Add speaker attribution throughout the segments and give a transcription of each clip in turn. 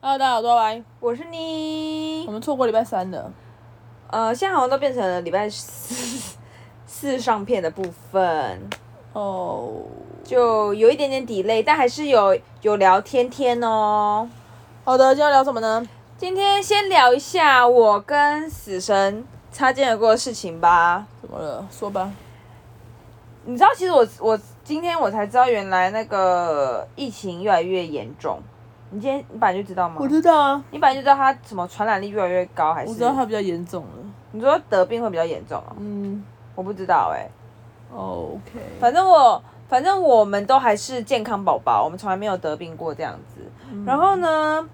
Speaker 1: Hello，大家好，多来。
Speaker 2: 我是你
Speaker 1: 我。们错过礼拜三了，
Speaker 2: 呃，现在好像都变成了礼拜四四上片的部分，
Speaker 1: 哦、
Speaker 2: 就有一点点 delay，但还是有有聊天天哦。
Speaker 1: 好的，今天要聊什么呢？
Speaker 2: 今天先聊一下我跟死神擦肩而过的事情吧。
Speaker 1: 怎么了？说吧。
Speaker 2: 你知道，其实我我今天我才知道，原来那个疫情越来越严重。你今天你本来就知道吗？
Speaker 1: 道啊，
Speaker 2: 你本来就知道它什么传染力越来越高，还是
Speaker 1: 我知道它比较严重了。
Speaker 2: 你说得病会比较严重哦？
Speaker 1: 嗯
Speaker 2: 我不知道哎、
Speaker 1: 哦，OK。
Speaker 2: 反正我，反正我们都还是健康宝宝，我们从来没有得病过这样子。然后呢，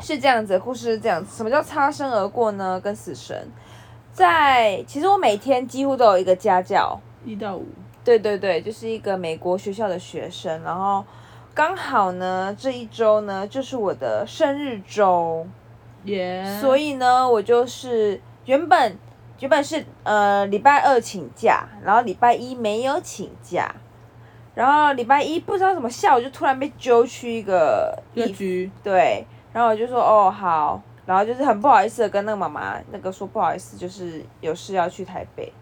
Speaker 2: 是这样子，故事是这样子。什么叫擦身而过呢？跟死神，在其实我每天几乎都有一个家教，
Speaker 1: 一到五，
Speaker 2: 对对对，就是一个美国学校的学生。然后刚好呢，这一周呢就是我的生日周，
Speaker 1: 耶、
Speaker 2: 所以呢，我就是原本。原本是呃礼拜二请假，然后礼拜一没有请假，然后礼拜一不知道怎么下午就突然被揪去一个
Speaker 1: 一个
Speaker 2: 地
Speaker 1: 局，
Speaker 2: 对，然后我就说哦好，然后就是很不好意思的跟那个妈妈那个说不好意思，就是有事要去台北，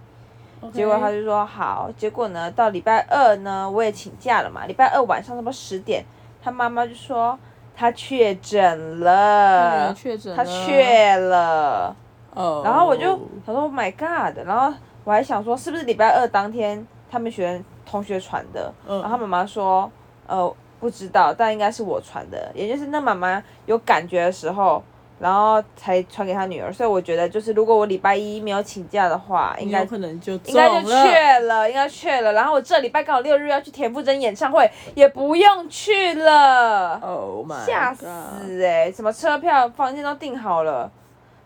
Speaker 2: 结果他就说好，结果呢到礼拜二呢我也请假了嘛，礼拜二晚上差不多十点，他妈妈就说他确诊
Speaker 1: 呃
Speaker 2: 了，
Speaker 1: 确诊了，
Speaker 2: 他确了。
Speaker 1: 哦。
Speaker 2: 然后我就想说，Oh my god！然后我还想说，是不是礼拜二当天他们学同学传的？
Speaker 1: 嗯
Speaker 2: 然后他妈妈说，呃，不知道，但应该是我传的，也就是那妈妈有感觉的时候，然后才传给她女儿。所以我觉得，就是如果我礼拜一没有请假的话，应
Speaker 1: 你有
Speaker 2: 该。
Speaker 1: 可能就
Speaker 2: 应
Speaker 1: 中
Speaker 2: 该就
Speaker 1: 了。
Speaker 2: 去了，应该去了。然后我这礼拜刚好六日要去田馥甄演唱会，也不用去了。
Speaker 1: Oh my，
Speaker 2: 吓
Speaker 1: god
Speaker 2: 死哎、什么车票、房间都订好了，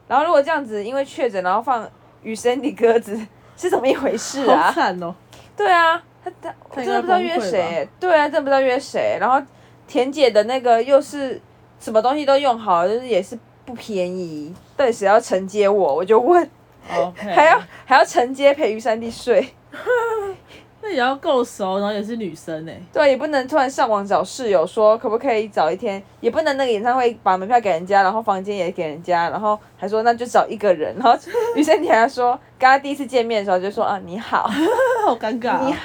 Speaker 2: 然后如果这样子，因为确诊，然后放雨神的鸽子，是怎么一回事
Speaker 1: 好
Speaker 2: 啊？
Speaker 1: 惨哦！
Speaker 2: 对啊，他他我
Speaker 1: 他应
Speaker 2: 真
Speaker 1: 该
Speaker 2: 的不知道
Speaker 1: 崩
Speaker 2: 约
Speaker 1: 溃
Speaker 2: 谁、
Speaker 1: 吧
Speaker 2: 对啊，真的不知道约谁。然后田姐的那个又是什么东西都用好了，就是也是不便宜，到底谁要承接我？我就问，
Speaker 1: OK，
Speaker 2: 还要还要承接陪于山地睡，
Speaker 1: 那也要够熟，然后也是女生哎、
Speaker 2: 对，也不能突然上网找室友说可不可以找一天，也不能那个演唱会把门票给人家，然后房间也给人家，然后还说那就找一个人，然后于是你还说跟他第一次见面的时候就说啊你好
Speaker 1: 好尴尬、
Speaker 2: 你
Speaker 1: 啊。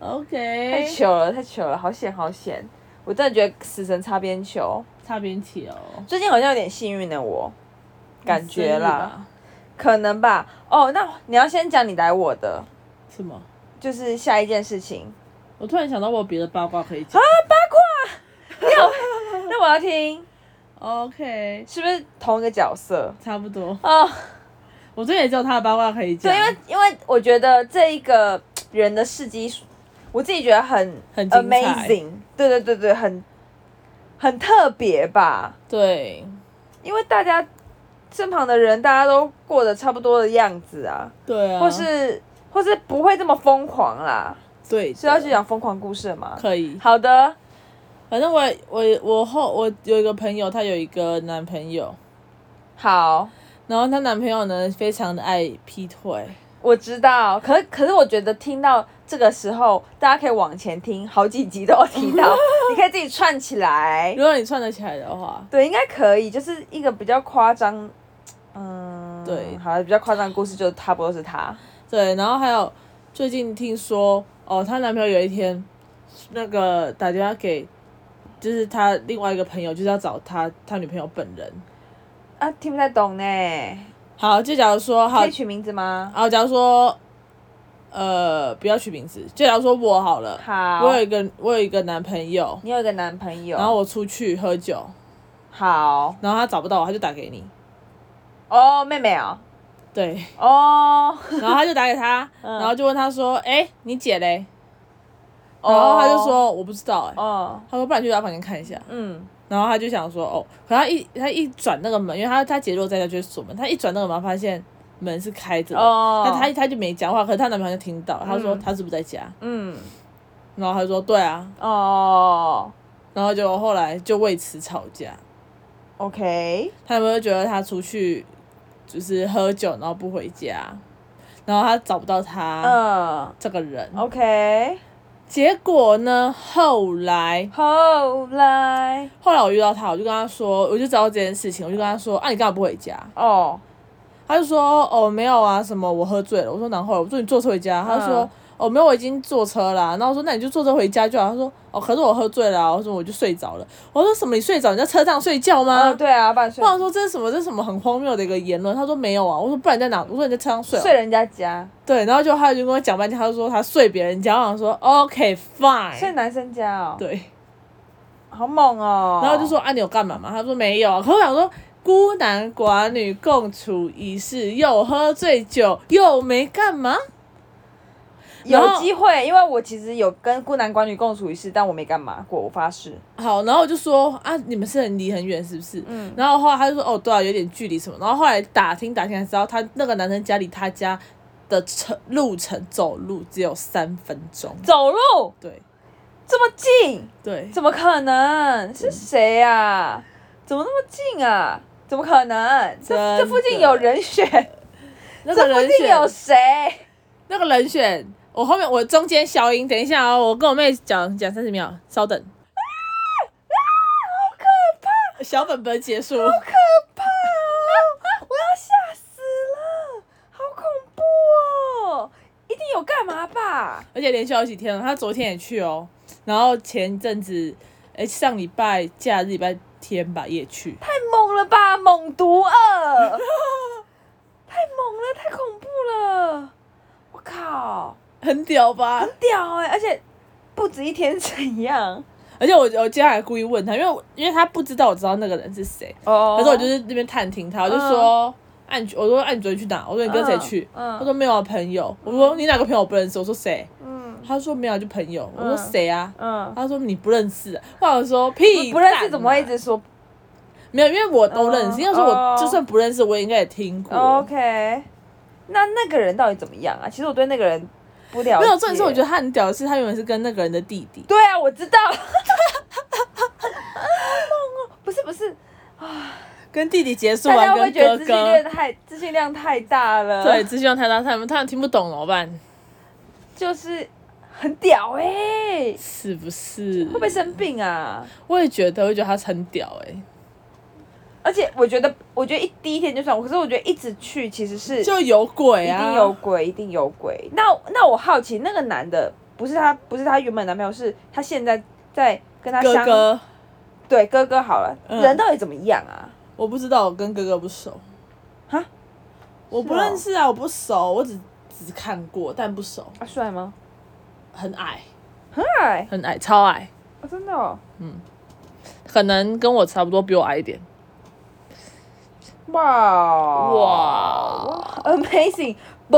Speaker 2: 好，太
Speaker 1: OK，
Speaker 2: 糗了太糗了，好险好险，我真的觉得死神擦边球，
Speaker 1: 擦边球哦，
Speaker 2: 最近好像有点幸运的我，感觉
Speaker 1: 生日
Speaker 2: 啦，
Speaker 1: 吧，
Speaker 2: 可能吧，哦那你要先讲你来我的，
Speaker 1: 什么？
Speaker 2: 就是下一件事情，
Speaker 1: 我突然想到，我有别的八卦可以讲。
Speaker 2: 那我要听
Speaker 1: OK，
Speaker 2: 是不是同一个角色
Speaker 1: 差不多。
Speaker 2: 哦？
Speaker 1: 我最近也只有他的八卦可以讲。
Speaker 2: 对，因为因为我觉得这一个人的事迹，我自己觉得很
Speaker 1: 很精彩
Speaker 2: amazing，对对对对，很很特别吧，
Speaker 1: 对
Speaker 2: 因为大家身旁的人，大家都过得差不多的样子啊，
Speaker 1: 对啊，
Speaker 2: 或是或是不会这么疯狂啦，
Speaker 1: 对，
Speaker 2: 是要去讲疯狂故事吗？
Speaker 1: 可以。
Speaker 2: 好的，
Speaker 1: 反正我我我后我有一个朋友，她有一个男朋友，
Speaker 2: 好，
Speaker 1: 然后她男朋友呢非常的爱劈腿，
Speaker 2: 我知道，可是可是我觉得听到这个时候，大家可以往前听好几集都有提 到，你可以自己串起来。
Speaker 1: 如果你串得起来的话，
Speaker 2: 对，应该可以，就是一个比较夸张，嗯，
Speaker 1: 对
Speaker 2: 好了，比较夸张的故事就差不多是他，
Speaker 1: 对，然后还有最近听说哦，她男朋友有一天那个打电话给，就是她另外一个朋友，就是要找她她女朋友本人。
Speaker 2: 啊，听不太懂呢，
Speaker 1: 好，就假如说好
Speaker 2: 可以取名字吗？
Speaker 1: 好，假如说，呃，不要取名字，就假如说我好了，
Speaker 2: 好，
Speaker 1: 我有一个我有一个男朋友，
Speaker 2: 你有一个男朋友，
Speaker 1: 然后我出去喝酒，
Speaker 2: 好，
Speaker 1: 然后他找不到我，他就打给你，
Speaker 2: 哦，妹妹哦，
Speaker 1: 对，
Speaker 2: 哦，
Speaker 1: 然后他就打给他，
Speaker 2: 嗯
Speaker 1: 然后就问他说，哎、你姐嘞？
Speaker 2: 然
Speaker 1: 然后他就，说我不知道、哎，
Speaker 2: 哦，
Speaker 1: 他说不然去他房间看一下，
Speaker 2: 嗯，
Speaker 1: 然后他就想说，哦，可他一他一转那个门，因为他他姐如果在家就会锁门，他一转那个门发现门是开着的，
Speaker 2: 哦
Speaker 1: 但嗯他他就没讲话，可是他男朋友就听到，他说
Speaker 2: 嗯
Speaker 1: 他是不是在家？
Speaker 2: 嗯，
Speaker 1: 然后他说对啊，
Speaker 2: 哦
Speaker 1: 然后就后来就为此吵架。
Speaker 2: ，OK，
Speaker 1: 他有没有觉得他出去就是喝酒，然后不回家，然后他找不到他
Speaker 2: 嗯
Speaker 1: 这个人，
Speaker 2: ，OK，
Speaker 1: 结果呢，后来
Speaker 2: 后来
Speaker 1: 后来我遇到他，我就跟他说，我就知道这件事情，我就跟他说，啊，你干嘛不回家？
Speaker 2: 哦，
Speaker 1: 他就说，哦，没有啊，什么我喝醉了。我说然后，我说你坐车回家。他就说，
Speaker 2: 嗯
Speaker 1: 哦，没有，我已经坐车啦。然后我说那你就坐车回家就好。他说，哦，可是我喝醉了啊、我说我就睡着了。我说什么？你睡着？你在车上睡觉吗？
Speaker 2: 嗯，对啊，半睡
Speaker 1: 我想说这是什么？这是什么很荒谬的一个言论？他说没有啊。我说不然你在哪？我说你在车上睡、啊。
Speaker 2: 睡人家家，
Speaker 1: 对，然后就他就跟我讲半天，他就说他睡别人家。我想说 OK
Speaker 2: 睡
Speaker 1: fine。
Speaker 2: 男生家哦，
Speaker 1: 哎对，
Speaker 2: 好猛哦。
Speaker 1: 然后就说啊你有干嘛吗？他说没有啊。可我想说。孤男寡女共处一室，又喝醉酒，又没干嘛，然
Speaker 2: 有
Speaker 1: 后
Speaker 2: 机会，因为我其实有跟孤男寡女共处一室，但我没干嘛过，我发誓。
Speaker 1: 好，然后我就说啊，你们是很离很远是不是？
Speaker 2: 嗯
Speaker 1: 然后后来他就说哦，对啊，有点距离什么。然后后来打听打听才知道，他那个男生家离他家的程路程走路只有三分钟。
Speaker 2: 走路
Speaker 1: 对
Speaker 2: 这么近，
Speaker 1: 对，
Speaker 2: 怎么可能？是谁啊？怎么那么近啊？怎么可能？这
Speaker 1: 真的
Speaker 2: 这附近有人选，
Speaker 1: 那个
Speaker 2: 这
Speaker 1: 人
Speaker 2: 附近有
Speaker 1: 选，
Speaker 2: 谁？
Speaker 1: 那个人选，我后面我中间消音，等一下哦，我跟我妹讲讲三十秒，稍等。
Speaker 2: 啊
Speaker 1: 小本本结束，
Speaker 2: 可怕哦！我要吓死了，好恐怖哦！一定有干嘛吧？
Speaker 1: 而且连续好几天了。他昨天也去哦，然后前阵子，哎，上礼拜假日礼拜天吧也去。
Speaker 2: 太猛了吧，猛毒二！太猛了，太恐怖了！我靠，
Speaker 1: 很屌吧？
Speaker 2: 屌哎、而且不止一天怎样？
Speaker 1: 而且我我接下来故意问他，因为我因为他不知道我知道那个人是谁，
Speaker 2: 哦嗯
Speaker 1: 可是我就是那边探听他，我就说。按你去我说按你昨天去哪？我说你跟谁去？
Speaker 2: 嗯嗯
Speaker 1: 他说没有啊，朋友。我说你哪个朋友我不认识？我说谁？
Speaker 2: 嗯
Speaker 1: 他说没有啊，就朋友。我
Speaker 2: 嗯
Speaker 1: 说谁啊？
Speaker 2: 嗯，
Speaker 1: 他说你不认识啊。我想说屁，啊
Speaker 2: 不认识怎么会一？直说、
Speaker 1: 没有，因为我都认识。
Speaker 2: 嗯
Speaker 1: 因为说
Speaker 2: 哦
Speaker 1: 我就算不认识，我也应该也听过。
Speaker 2: o k 那那个人到底怎么样啊？其实我对那个人不了解。
Speaker 1: 没有，重点是我觉得他很屌的是，他原本是跟那个人的弟弟。
Speaker 2: 对啊，我知道。好猛哦！不是不是，
Speaker 1: 跟弟弟结束
Speaker 2: 大家
Speaker 1: 完
Speaker 2: 会不会
Speaker 1: 跟
Speaker 2: 觉
Speaker 1: 哥
Speaker 2: 得资讯量
Speaker 1: 哥，
Speaker 2: 太资讯量太大了？
Speaker 1: 对，，资讯量太大，他们他们听不懂怎么办？
Speaker 2: 就是很屌哎、
Speaker 1: 是不是？
Speaker 2: 会不会生病啊？
Speaker 1: 我也觉得，我也觉得他很屌哎、
Speaker 2: 而且我觉得，我觉得一第一天就算，可是我觉得一直去其实是
Speaker 1: 就有鬼
Speaker 2: 一
Speaker 1: 啊！
Speaker 2: 定有鬼，一定有鬼。那那我好奇，那个男的不是他，不是他原本男朋友，是他现在在跟他
Speaker 1: 哥
Speaker 2: 相
Speaker 1: 哥，
Speaker 2: 对哥哥好了，
Speaker 1: 嗯
Speaker 2: 人到底怎么样啊？
Speaker 1: 我不知道，我跟哥哥不熟。
Speaker 2: 哈，
Speaker 1: 我不
Speaker 2: 是哦
Speaker 1: 认识啊，我不熟，我只只看过，但不熟。
Speaker 2: 啊，帅吗？
Speaker 1: 很矮，
Speaker 2: 很矮，
Speaker 1: 很矮，超矮，
Speaker 2: 哦、真的、哦，
Speaker 1: 可能跟我差不多，比我矮一点。
Speaker 2: 哇哇，amazing，不，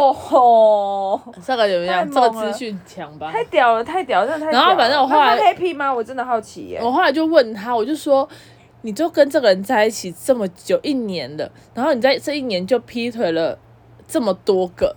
Speaker 1: 这个怎么样？
Speaker 2: 太
Speaker 1: 这
Speaker 2: 猛
Speaker 1: 个
Speaker 2: 了
Speaker 1: 资讯强吧？
Speaker 2: 太屌了，太屌了，真的太屌
Speaker 1: 然
Speaker 2: 了。
Speaker 1: 后反正我后来哦
Speaker 2: 那他 happy 吗？我真的好奇耶。
Speaker 1: 我后来就问他，我就说，你就跟这个人在一起这么久，一年了，然后你在这一年就劈腿了这么多个，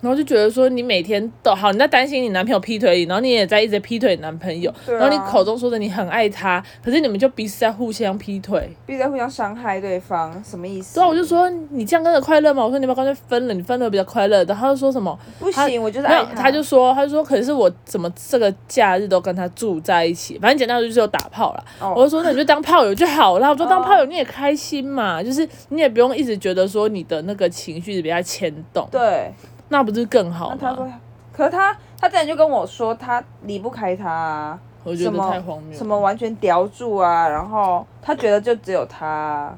Speaker 1: 然后就觉得说你每天都好，你在担心你男朋友劈腿你，然后你也在一直劈腿你男朋友，
Speaker 2: 对啊
Speaker 1: 然后你口中说的你很爱他，可是你们就彼此在互相劈腿。
Speaker 2: 必须在互相伤害对方，什么意思？
Speaker 1: 对啊，我就说你这样跟着快乐吗？我说你们干脆分了，你分了比较快乐。然后他就说什么？
Speaker 2: 不
Speaker 1: 他
Speaker 2: 行，我就是
Speaker 1: 没
Speaker 2: 爱
Speaker 1: 有，他就说，他就说，可是我怎么这个假日都跟他住在一起？反正简单来说就是有打炮啦。
Speaker 2: 哦
Speaker 1: 我就说那你就当炮友就好了。我说
Speaker 2: 哦
Speaker 1: 当炮友你也开心嘛，就是你也不用一直觉得说你的那个情绪被他牵动，
Speaker 2: 对。
Speaker 1: 那不是更好
Speaker 2: 那他
Speaker 1: 吗？
Speaker 2: 说，可是他他之前就跟我说他离不开他啊，
Speaker 1: 我觉
Speaker 2: 什
Speaker 1: 得
Speaker 2: 么
Speaker 1: 太荒谬
Speaker 2: 什
Speaker 1: 了。
Speaker 2: 么完全叼住啊，然后他觉得就只有他。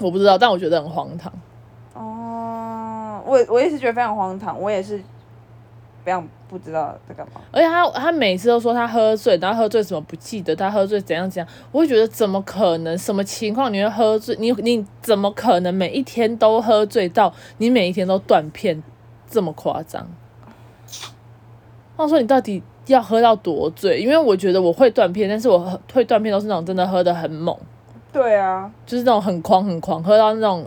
Speaker 1: 我不知道，但我觉得很荒唐。
Speaker 2: 哦，我我也是觉得非常荒唐，我也是非常不知道在干嘛。
Speaker 1: 而且他他每次都说他喝醉，然后喝醉什么不记得，他喝醉怎样怎样，我会觉得怎么可能？什么情况你会喝醉？你你怎么可能每一天都喝醉到你每一天都断片这么夸张？他说你到底要喝到多醉？因为我觉得我会断片，但是我喝会断片都是那种真的喝的很猛，
Speaker 2: 对啊，
Speaker 1: 就是那种很狂很狂，喝到那种，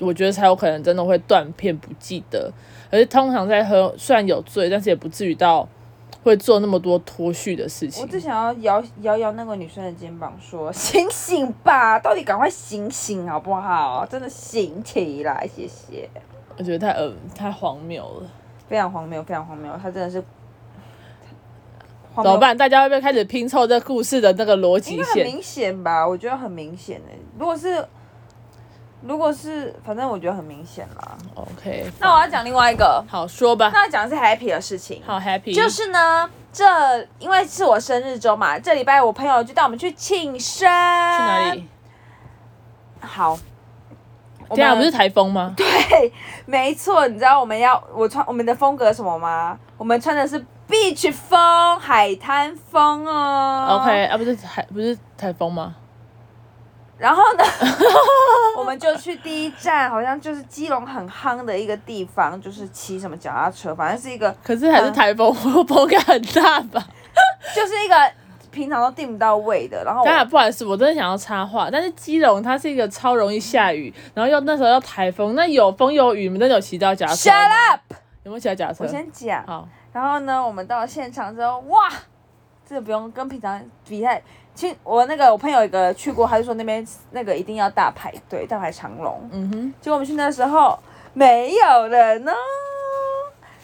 Speaker 1: 我觉得才有可能真的会断片不记得。而且通常在喝，虽然有醉，但是也不至于到会做那么多脱序的事
Speaker 2: 我
Speaker 1: 情。
Speaker 2: 只想要摇摇摇那个女生的肩膀，说：“醒醒吧，到底赶快醒醒好不好？真的醒起来，谢谢。
Speaker 1: 我觉得太呃太荒谬了。”
Speaker 2: 非常荒谬，非常荒谬，他真的是荒
Speaker 1: 怎么
Speaker 2: 谬。
Speaker 1: 办？大家会不会开始拼凑这故事的那个逻
Speaker 2: 应
Speaker 1: 辑
Speaker 2: 该很
Speaker 1: 线？
Speaker 2: 明显吧？我觉得很明显诶、如果是，如果是，反正我觉得很明显啦。
Speaker 1: OK，
Speaker 2: 那我要讲另外一个，
Speaker 1: 好说吧。
Speaker 2: 那要讲的是 happy 的事情，
Speaker 1: 好 happy，
Speaker 2: 就是呢，这因为是我生日周嘛，这礼拜我朋友就带我们去庆
Speaker 1: 去
Speaker 2: 生。去哪
Speaker 1: 哪？里？
Speaker 2: 好。我
Speaker 1: 对啊，不
Speaker 2: 们
Speaker 1: 是台风吗？
Speaker 2: 没错，你知道我们要我穿我们的风格什么吗？我们穿的是 beach 风、海滩风哦。
Speaker 1: OK，啊，不是台不是台风吗？
Speaker 2: 然后呢， 我们就去第一站，好像就是基隆很夯的一个地方，就是骑什么脚踏车，反正是一个，
Speaker 1: 可是还是
Speaker 2: 嗯
Speaker 1: 台风，风感很大吧？
Speaker 2: 就是一个平常都订不到位的。然后我
Speaker 1: 当然，不好意思，我真的想要插话，但是基隆它是一个超容易下雨，然后又那时候要台风，那有风有雨，你们真的有骑到脚踏车
Speaker 2: shut
Speaker 1: 吗
Speaker 2: up，
Speaker 1: 有没有骑到脚踏车？
Speaker 2: 我先讲。
Speaker 1: 好，
Speaker 2: 然后呢，我们到了现场之后，哇，这个不用跟平常比赛。其实我那个我朋友有一个去过，他就说那边那个一定要大排队、大排长龙。
Speaker 1: 嗯哼，
Speaker 2: 结果我们去那时候没有人呢、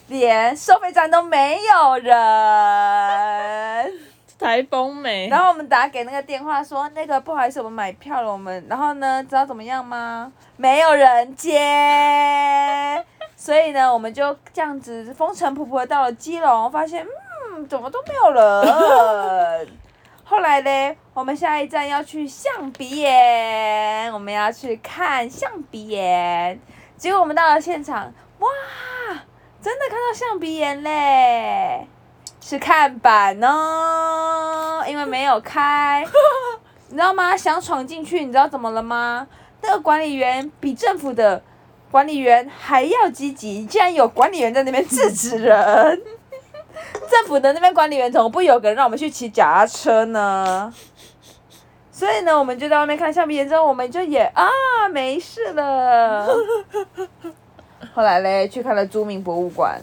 Speaker 2: 连收费站都没有人。
Speaker 1: 台风没
Speaker 2: 然，后我们打给那个电话说，那个不好意思，我们买票了，我们然后呢，知道怎么样吗？ 没有人接，所以呢，我们就这样子风尘仆仆的到了基隆，发现嗯，怎么都没有人。后来嘞，我们下一站要去象鼻岩，我们要去看象鼻岩。结果我们到了现场，哇，真的看到象鼻岩嘞！是看板哦，因为没有开，你知道吗？想闯进去，你知道怎么了吗？那个管理员比政府的管理员还要积极，竟然有管理员在那边制止人。政府的那边管理员怎么不有个人让我们去骑脚踏车呢？所以呢，我们就在外面看橡皮人之后，我们就也啊没事了。后来嘞，去看了著名博物馆。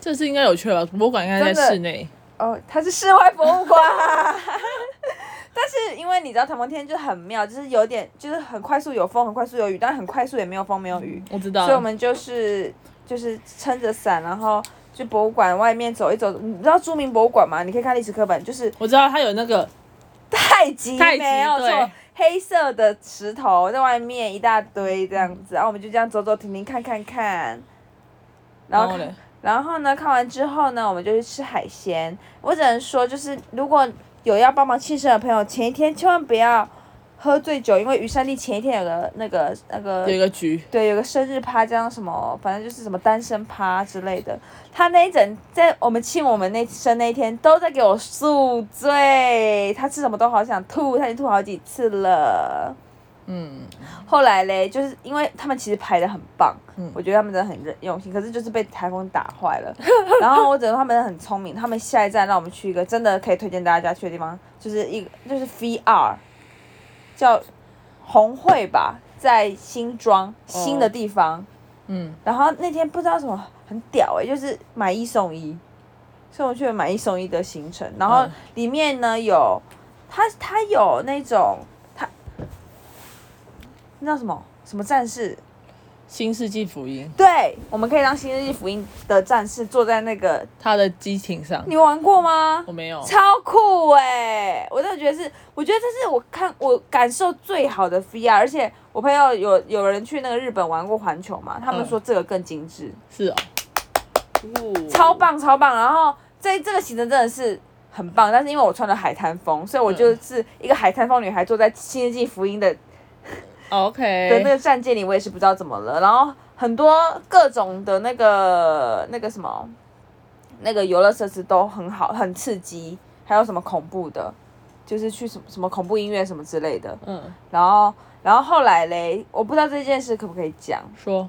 Speaker 1: 这次应该有去了吧？博物馆应该在
Speaker 2: 真的
Speaker 1: 室内，
Speaker 2: 哦，它是室外博物馆。啊 但是因为你知道，台风天就很妙，就是有点，就是很快速有风，很快速有雨，但很快速也没有风没有雨，
Speaker 1: 我知道
Speaker 2: 所以。我们就是就是撑着伞，然后去博物馆外面走一走。你知道著名博物馆吗？你可以看历史课本，就是
Speaker 1: 我知道它有那个，
Speaker 2: 太极，
Speaker 1: 太极
Speaker 2: 没有错
Speaker 1: 对，
Speaker 2: 黑色的石头在外面一大堆这样子，然后我们就这样走走停停看看看，然后
Speaker 1: 后
Speaker 2: 看
Speaker 1: 嘞，
Speaker 2: 然后呢，看完之后呢，我们就去吃海鲜。我只能说，就是如果有要帮忙庆生的朋友，前一天千万不要喝醉酒，因为于山丽前一天有个那个那
Speaker 1: 有一
Speaker 2: 个，
Speaker 1: 个局，
Speaker 2: 对，有个生日趴，这样什么，反正就是什么单身趴之类的。他那一整在我们庆我们那生那一天，都在给我宿醉，他吃什么都好想吐，他已经吐好几次了。
Speaker 1: 嗯，
Speaker 2: 后来嘞，就是因为他们其实排的很棒，
Speaker 1: 嗯
Speaker 2: 我觉得他们真的很用心，可是就是被台风打坏了。 然后我只能说他们很聪明，他们下一站让我们去一个真的可以推荐大家去的地方，就是一个就是 VR，叫红会吧，在新庄新的地方。
Speaker 1: 嗯，
Speaker 2: 然后那天不知道什么很屌哎、就是买一送一，所以我们去了买一送一的行程。然后
Speaker 1: 嗯
Speaker 2: 里面呢有，它它有那种它，那叫什么什么战士？
Speaker 1: 新世纪福音，
Speaker 2: 对，我们可以当《新世纪福音》的战士坐在那个，
Speaker 1: 它的机艇上，
Speaker 2: 你玩过吗
Speaker 1: 我？没有，
Speaker 2: 超酷哎、我真的觉得是，我觉得这是我看我感受最好的 VR，而且我朋友有有人去那个日本玩过环球嘛，他们
Speaker 1: 嗯
Speaker 2: 说这个更精致。
Speaker 1: 是哦，
Speaker 2: 超，棒超棒。然后这这个行程真的是很棒，但是因为我穿了海滩风，所以我就是一个海滩风女孩，坐在《新世纪福音的》的、
Speaker 1: 哦 OK，
Speaker 2: 那个战舰里，我也是不知道怎么了。然后很多各种的那个那个什么，那个游乐设施都很好，很刺激，还有什么恐怖的。就是去什么什么恐怖音乐什么之类的，
Speaker 1: 嗯，
Speaker 2: 然后然后后来嘞，我不知道这件事可不可以讲，
Speaker 1: 说，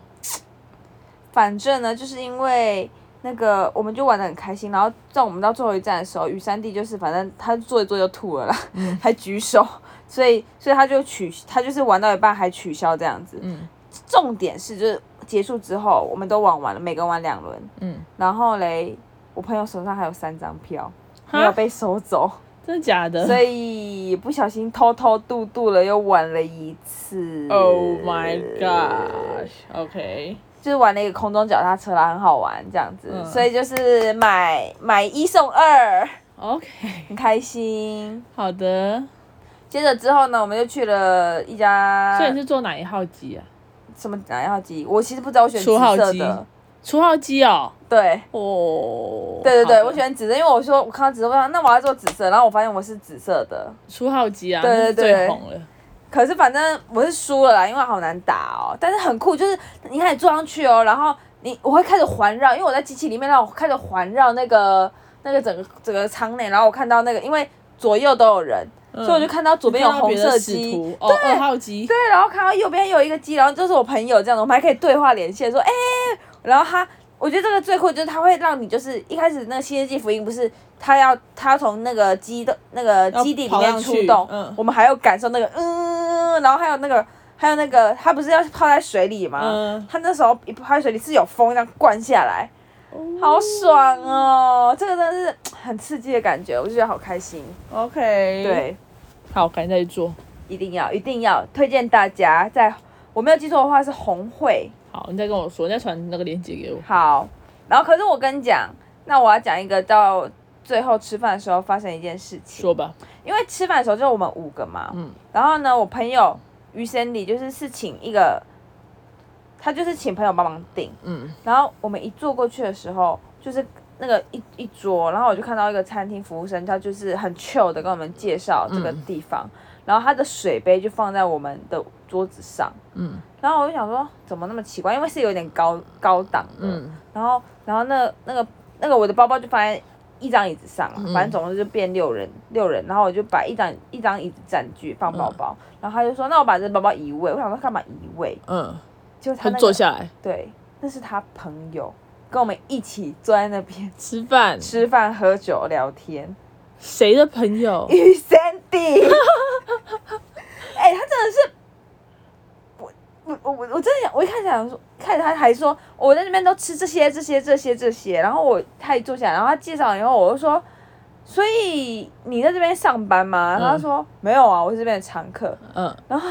Speaker 2: 反正呢，就是因为那个我们就玩的很开心，然后在我们到最后一站的时候，雨山弟就是反正他坐一坐就吐了啦，
Speaker 1: 嗯
Speaker 2: 还举手，所以所以他就取他就是玩到一半还取消这样子。
Speaker 1: 嗯
Speaker 2: 重点是就是结束之后，我们都玩完了，每个人玩两轮，
Speaker 1: 嗯，
Speaker 2: 然后嘞，我朋友手上还有三张票。
Speaker 1: 哈呃
Speaker 2: 没有被收走，
Speaker 1: 真的假的？
Speaker 2: 所以不小心偷偷渡渡了，又玩了一次。
Speaker 1: Oh my gosh. OK，
Speaker 2: 就是玩了一个空中脚踏车啦，很好玩这样子，
Speaker 1: 嗯
Speaker 2: 所以就是买买一送二，
Speaker 1: OK，
Speaker 2: 很开心。
Speaker 1: 好的。
Speaker 2: 接着之后呢，我们就去了一家
Speaker 1: 所以你是坐哪一号机啊？
Speaker 2: 什么哪一号机？我其实不知道，我选紫
Speaker 1: 初号
Speaker 2: 色
Speaker 1: 机
Speaker 2: 的。
Speaker 1: 初号机哦。
Speaker 2: 对
Speaker 1: 哦。
Speaker 2: 对对对，我
Speaker 1: 得
Speaker 2: 选紫色，因为我说我看到紫色，我想那我要做紫色，然后我发现我是紫色的，
Speaker 1: 初号机啊，
Speaker 2: 对对
Speaker 1: 那是
Speaker 2: 对
Speaker 1: 最红了。
Speaker 2: 可是反正我是输了啦，因为好难打哦。但是很酷，就是你开始坐上去哦，然后你我会开始环绕，因为我在机器里面，让我开始环绕那个那个整个整个舱内，然后我看到那个，因为左右都有人，
Speaker 1: 嗯
Speaker 2: 所以我就看到左边有
Speaker 1: 看到
Speaker 2: 红
Speaker 1: 别的
Speaker 2: 色
Speaker 1: 使
Speaker 2: 机，
Speaker 1: 徒哦，二号机。
Speaker 2: 对，然后看到右边有一个机，然后就是我朋友这样的，我们还可以对话连线，说哎、然后他，我觉得这个最酷就是他会让你就是一开始那个《新世纪福音》不是他要他从那个机的那个
Speaker 1: 要
Speaker 2: 基地里
Speaker 1: 跑
Speaker 2: 面
Speaker 1: 上
Speaker 2: 出
Speaker 1: 去
Speaker 2: 动，
Speaker 1: 嗯
Speaker 2: 我们还有感受那个嗯，然后还有那个还有那个他不是要泡在水里吗？
Speaker 1: 嗯
Speaker 2: 他那时候一泡在水里是有风这样灌下来，
Speaker 1: 哦
Speaker 2: 好爽哦！这个真的是很刺激的感觉，我就觉得好开心。
Speaker 1: OK。。
Speaker 2: 对。
Speaker 1: 好，赶紧再去做。
Speaker 2: 一定要一定要推荐大家在，我没有记错的话是红会
Speaker 1: 好，你再跟我说，你再传那个链接给我。
Speaker 2: 好。然后可是我跟你讲，那我要讲一个到最后吃饭的时候发生一件事情，
Speaker 1: 说吧。
Speaker 2: 因为吃饭的时候就是我们五个嘛，
Speaker 1: 嗯
Speaker 2: 然后呢，我朋友于森里就是是请一个，他就是请朋友帮忙订，
Speaker 1: 嗯
Speaker 2: 然后我们一坐过去的时候，就是那个一一桌，然后我就看到一个餐厅服务生，他就是很 chill 的跟我们介绍这个
Speaker 1: 嗯
Speaker 2: 地方，然后他的水杯就放在我们的桌子上，
Speaker 1: 嗯
Speaker 2: 然后我就想说怎么那么奇怪，因为是有点高高档的，
Speaker 1: 嗯
Speaker 2: 然后然后那那个那个我的包包就放在一张椅子上，
Speaker 1: 嗯
Speaker 2: 反正总之就变六人六人，然后我就把一张一张椅子占据放包包，然后他就说那我把这包包移位，我想说干嘛移位，
Speaker 1: 嗯，
Speaker 2: 结果
Speaker 1: 他
Speaker 2: 他那个
Speaker 1: 坐下来
Speaker 2: 对，那是他朋友跟我们一起坐在那边
Speaker 1: 吃饭。
Speaker 2: 吃饭、喝酒、聊天。
Speaker 1: 谁的朋友？
Speaker 2: 雨 Sandy，哎、他真的是，我我我我真的想，我一开始想说，看着他还说我在那边都吃这些这些这些这些，然后我他一坐下来，然后他介绍以后，我就说，所以你在这边上班吗？然后他
Speaker 1: 嗯
Speaker 2: 说、没有啊，我是这边的常客，
Speaker 1: 嗯，
Speaker 2: 然后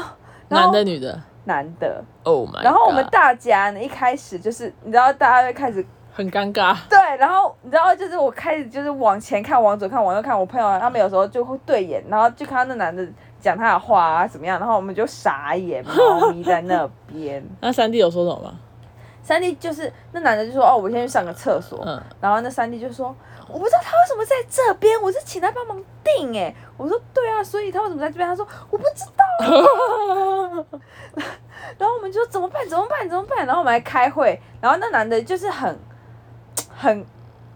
Speaker 2: 然
Speaker 1: 男
Speaker 2: 后
Speaker 1: 的女的
Speaker 2: 男的，
Speaker 1: ？Oh my。
Speaker 2: 然后我们大家呢一开始就是你知道大家会开始
Speaker 1: 很尴尬。
Speaker 2: 对，然后你知道，就是我开始就是往前看，往左看，往右看，我朋友他们有时候就会对眼，然后就看到那男的讲他的话啊怎么样，然后我们就傻眼，猫咪在那边。
Speaker 1: 那三弟有说什么吗？
Speaker 2: 三弟就是那男的就说哦，我先去上个厕所，
Speaker 1: 嗯
Speaker 2: 然后那三弟就说我不知道他为什么在这边，我是请他帮忙订哎，我说对啊，所以他为什么在这边？他说我不知道啊、 然后我们就说怎么办？怎么办？怎么办？然后我们还开会，然后那男的就是很很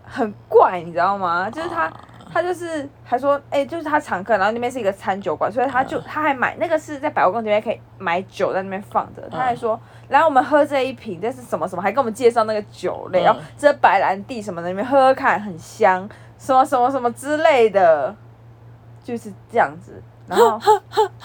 Speaker 2: 很怪，你知道吗？就是他。他就是还说，哎、就是他常客，然后那边是一个餐酒馆，所以他就、他还买那个是在百货公司那边可以买酒，在那边放着。他还说，来我们喝这一瓶，这是什么什么，还跟我们介绍那个酒类，
Speaker 1: 嗯
Speaker 2: 然后这是白兰地什么的，你们喝喝看，很香，什么什么什么之类的，就是这样子。然后，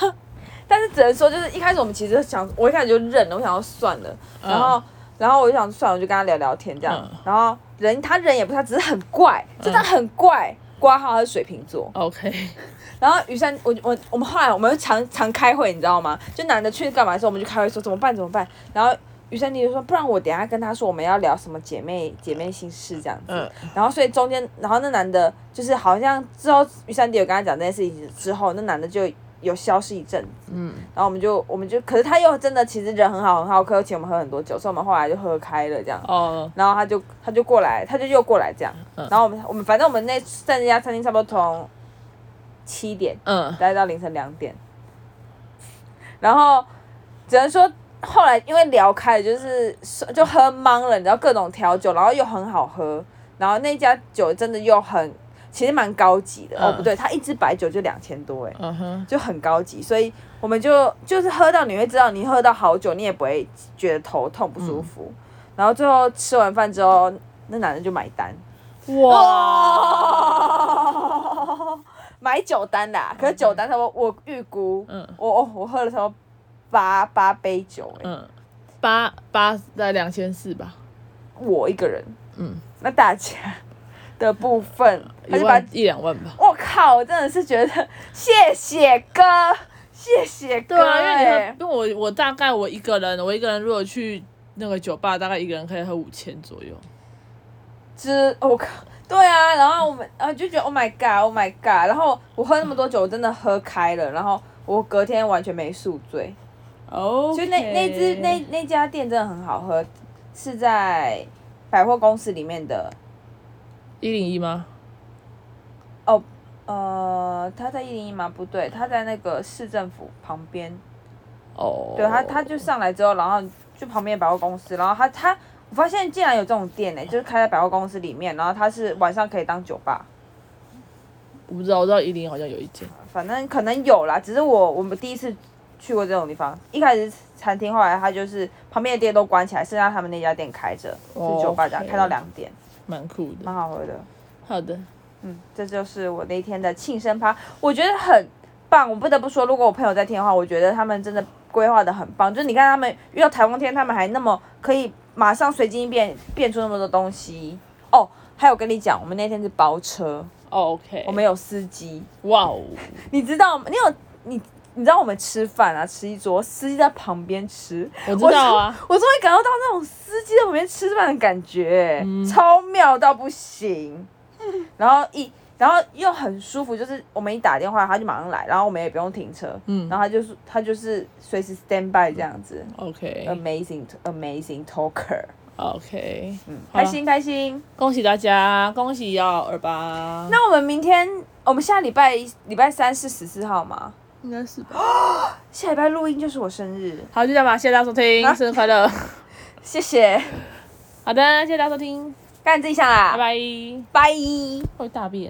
Speaker 2: 但是只能说，就是一开始我们其实想，我一开始就认了，我想要算了，
Speaker 1: 嗯
Speaker 2: 然后。然后我就想算了，我就跟他聊聊天这样。
Speaker 1: 嗯
Speaker 2: 然后人他人也不差，只是很怪，真的很怪。挂号他是水瓶座，
Speaker 1: OK。
Speaker 2: 然后雨山，我我我们后来我们常常开会，你知道吗？就男的去干嘛的时候，我们就开会说怎么办怎么办。然后雨山弟就说，不然我等一下跟他说我们要聊什么姐妹姐妹心事这样子。
Speaker 1: 嗯
Speaker 2: 然后所以中间，然后那男的就是好像之后雨山弟有跟他讲这件事情之后，那男的就有消失一阵子。
Speaker 1: 嗯
Speaker 2: 然后我们就我们就，可是他又真的其实人很好很好客，请我们喝很多酒，所以我们后来就喝开了这样。
Speaker 1: 哦
Speaker 2: 然后他就他就过来，他就又过来这样。
Speaker 1: 嗯
Speaker 2: 然后我们我们反正我们那在那家餐厅差不多从七点
Speaker 1: 嗯
Speaker 2: 待到凌晨两点，然后只能说后来因为聊开了，就是就喝懵了，你知道各种调酒，然后又很好喝，然后那家酒真的又很其实蛮高级的、哦，
Speaker 1: 嗯
Speaker 2: 不对，它一支白酒就两千多哎。
Speaker 1: 嗯哼
Speaker 2: 就很高级，所以我们就就是喝到你会知道，你喝到好酒，你也不会觉得头痛不舒服。然后最后吃完饭之后，那男的就买单，
Speaker 1: 哇
Speaker 2: 哦，买酒单啦。可是酒单差不多，我预估，
Speaker 1: 嗯
Speaker 2: 我哦我我喝了差不多八八杯酒、欸，
Speaker 1: 嗯八八在两千四吧。
Speaker 2: 我一个人。
Speaker 1: 嗯，
Speaker 2: 那大家的部分，他
Speaker 1: 一
Speaker 2: 就把
Speaker 1: 万一两万吧。
Speaker 2: 我靠，我真的是觉得谢谢哥，谢谢哥、
Speaker 1: 对啊，因为你
Speaker 2: 欸
Speaker 1: 喝，因为我我大概我一个人，我一个人如果去那个酒吧大概一个人可以喝五千左右。
Speaker 2: 之
Speaker 1: 哦
Speaker 2: 我靠，对啊，然后我们啊就觉得 Oh my God，Oh my God，然后我喝那么多酒，我真的喝开了，然后我隔天完全没宿醉。
Speaker 1: 哦，
Speaker 2: 就那那只那那家店真的很好喝，是在百货公司里面的，
Speaker 1: 一零一吗？
Speaker 2: 哦，呃，它在一零一吗？不对，它在那个市政府旁边。
Speaker 1: 哦，
Speaker 2: 对，它它就上来之后，然后就旁边百货公司，然后它它我发现竟然有这种店呢、就是开在百货公司里面，然后它是晚上可以当酒吧，
Speaker 1: 我不知道，我知道一零好像有一间。
Speaker 2: 反正可能有啦，只是我我们第一次去过这种地方，一开始是餐厅，后来它就是旁边的店都关起来，剩下他们那家店开着，是酒吧这样
Speaker 1: 哦 OK
Speaker 2: 开到两点，
Speaker 1: 蛮酷的
Speaker 2: 蛮。好喝的。
Speaker 1: 好的，
Speaker 2: 嗯，这就是我那天的庆生趴，我觉得很棒。我不得不说，如果我朋友在听的话，我觉得他们真的规划的很棒。就是你看他们遇到台风天，他们还那么可以马上随机应变，变出那么多东西。哦，还有跟你讲，我们那天是包车，
Speaker 1: OK，
Speaker 2: 我们有司机，
Speaker 1: 哇哦，
Speaker 2: 你知道吗？你有你。你知道我们吃饭啊，吃一桌，司机在旁边吃，
Speaker 1: 我知 道啊，
Speaker 2: 我终于感受到那种司机在旁边吃饭的感觉，
Speaker 1: 嗯
Speaker 2: 超妙到 不行。然后一，然后又很舒服，就是我们一打电话他就马上来，然后我们也不用停车，
Speaker 1: 嗯
Speaker 2: 然后他就是他就是随时 stand by 这样子。
Speaker 1: ，OK，OK，、
Speaker 2: Amazing, amazing talker，嗯，
Speaker 1: 好
Speaker 2: 开
Speaker 1: 啦
Speaker 2: 心开心。
Speaker 1: 恭喜大家，恭喜幺二八，
Speaker 2: 那我们明天，我们下礼拜礼拜三是十四号吗？
Speaker 1: 应该是吧。
Speaker 2: 下礼拜录音就是我生日，
Speaker 1: 好，就这样吧，谢谢大家收听，
Speaker 2: 啊
Speaker 1: 生日快乐。
Speaker 2: 谢谢，
Speaker 1: 好的，谢谢大家收听，
Speaker 2: 干自己想啦，
Speaker 1: 拜拜。
Speaker 2: 拜。
Speaker 1: 会大便。